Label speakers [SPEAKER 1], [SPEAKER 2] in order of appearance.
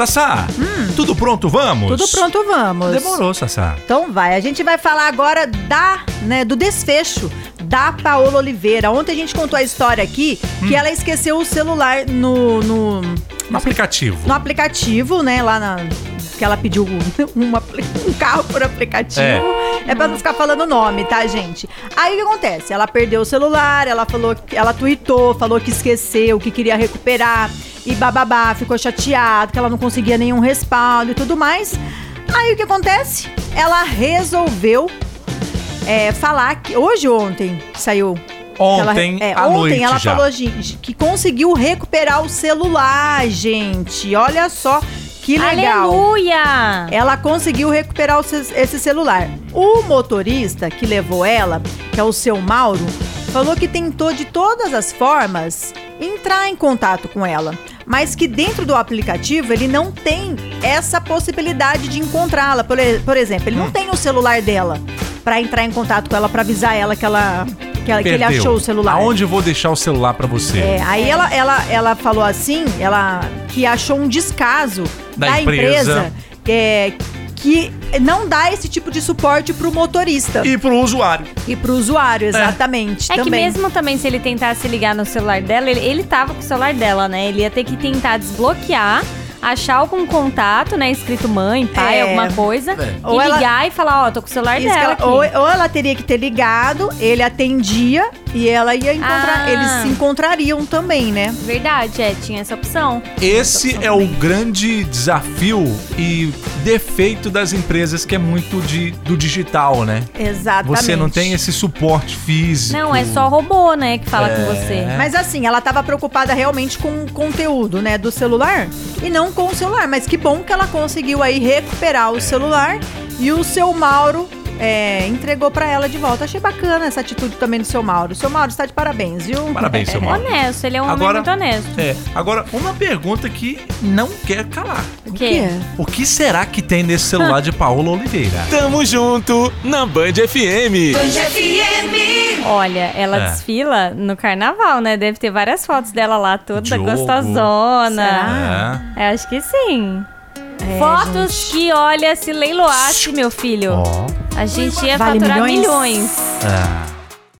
[SPEAKER 1] Sassá, tudo pronto, vamos?
[SPEAKER 2] Hum. Tudo pronto, vamos.
[SPEAKER 1] Demorou, Sassá.
[SPEAKER 2] Então vai, a gente vai falar agora da, né, do desfecho da Paola Oliveira. Ontem a gente contou a história aqui que ela esqueceu o celular no, no,
[SPEAKER 1] No aplicativo.
[SPEAKER 2] no aplicativo, né, lá na que ela pediu um, um apli- um carro por aplicativo. É. pra não ficar falando o nome, tá, gente? Aí o que acontece? Ela perdeu o celular, ela falou, que- ela tweetou, falou que esqueceu, que queria recuperar e bababá, ficou chateada, que ela não conseguia nenhum respaldo e tudo mais. Aí o que acontece? Ela resolveu é, falar que hoje ou ontem saiu
[SPEAKER 1] Ontem,
[SPEAKER 2] ela, é,
[SPEAKER 1] à
[SPEAKER 2] ontem
[SPEAKER 1] noite
[SPEAKER 2] ela
[SPEAKER 1] já.
[SPEAKER 2] falou gente, que conseguiu recuperar o celular, gente. Olha só que legal.
[SPEAKER 3] Aleluia!
[SPEAKER 2] Ela conseguiu recuperar o ce- esse celular. O motorista que levou ela, que é o seu Mauro, falou que tentou de todas as formas entrar em contato com ela, mas que dentro do aplicativo ele não tem essa possibilidade de encontrá-la. Por, e- por exemplo,
[SPEAKER 1] Hum.
[SPEAKER 2] ele não tem o celular dela para entrar em contato com ela, para avisar ela que ela que, ela- que ele
[SPEAKER 1] Perdeu.
[SPEAKER 2] achou o celular.
[SPEAKER 1] Aonde eu vou deixar o celular pra você?
[SPEAKER 2] É, aí ela, ela, ela falou assim, ela que achou um descaso
[SPEAKER 1] Da
[SPEAKER 2] da,
[SPEAKER 1] empresa.
[SPEAKER 2] empresa, é, que não dá esse tipo de suporte pro motorista e,
[SPEAKER 1] E pro usuário.
[SPEAKER 2] pro usuário, exatamente.
[SPEAKER 3] É que
[SPEAKER 2] também.
[SPEAKER 3] mesmo também se ele tentasse ligar no celular dela, ele, ele tava com o celular dela, né? Ele ia ter que tentar desbloquear, achar algum contato, né? Escrito mãe, pai,
[SPEAKER 2] É.
[SPEAKER 3] alguma coisa. E
[SPEAKER 2] Ou ela-
[SPEAKER 3] ligar e falar, ó, tô com o celular
[SPEAKER 2] Isso que
[SPEAKER 3] dela
[SPEAKER 2] ela-
[SPEAKER 3] aqui.
[SPEAKER 2] ou, ou ela teria que ter ligado, ele atendia e ela ia encontrar.
[SPEAKER 3] Ah.
[SPEAKER 2] Eles se encontrariam também, né?
[SPEAKER 3] Verdade, é, tinha essa opção.
[SPEAKER 1] Esse é o grande desafio e defeito das empresas que é muito de, do digital, né?
[SPEAKER 2] Exatamente.
[SPEAKER 1] Você não tem esse suporte físico.
[SPEAKER 3] Não, é só robô, né, que
[SPEAKER 1] É.
[SPEAKER 3] fala com você.
[SPEAKER 2] Mas assim, ela tava preocupada realmente com o conteúdo, né, do celular e não com o celular. Mas que bom que ela conseguiu aí recuperar o celular e o seu Mauro é, entregou pra ela de volta. Achei bacana essa atitude também do seu Mauro. Seu Mauro está de parabéns, viu?
[SPEAKER 1] Parabéns, seu Mauro.
[SPEAKER 3] Honesto, ele é um homem
[SPEAKER 1] Agora-
[SPEAKER 3] muito honesto.
[SPEAKER 1] É. Agora, uma pergunta que não quer calar.
[SPEAKER 3] O
[SPEAKER 2] O quê?
[SPEAKER 3] quê?
[SPEAKER 1] O que será que tem nesse celular de Paola Oliveira?
[SPEAKER 4] Tamo junto na Band FM.
[SPEAKER 3] Olha, ela
[SPEAKER 1] É.
[SPEAKER 3] desfila no carnaval, né? Deve ter várias fotos dela lá, toda
[SPEAKER 1] Diogo.
[SPEAKER 3] gostosona.
[SPEAKER 1] É.
[SPEAKER 3] Eu acho que sim.
[SPEAKER 2] É,
[SPEAKER 3] Fotos que, olha, se leiloasse, meu filho.
[SPEAKER 1] Ó.
[SPEAKER 3] A gente ia
[SPEAKER 2] Vale
[SPEAKER 3] faturar
[SPEAKER 2] milhões?
[SPEAKER 3] milhões.
[SPEAKER 1] É.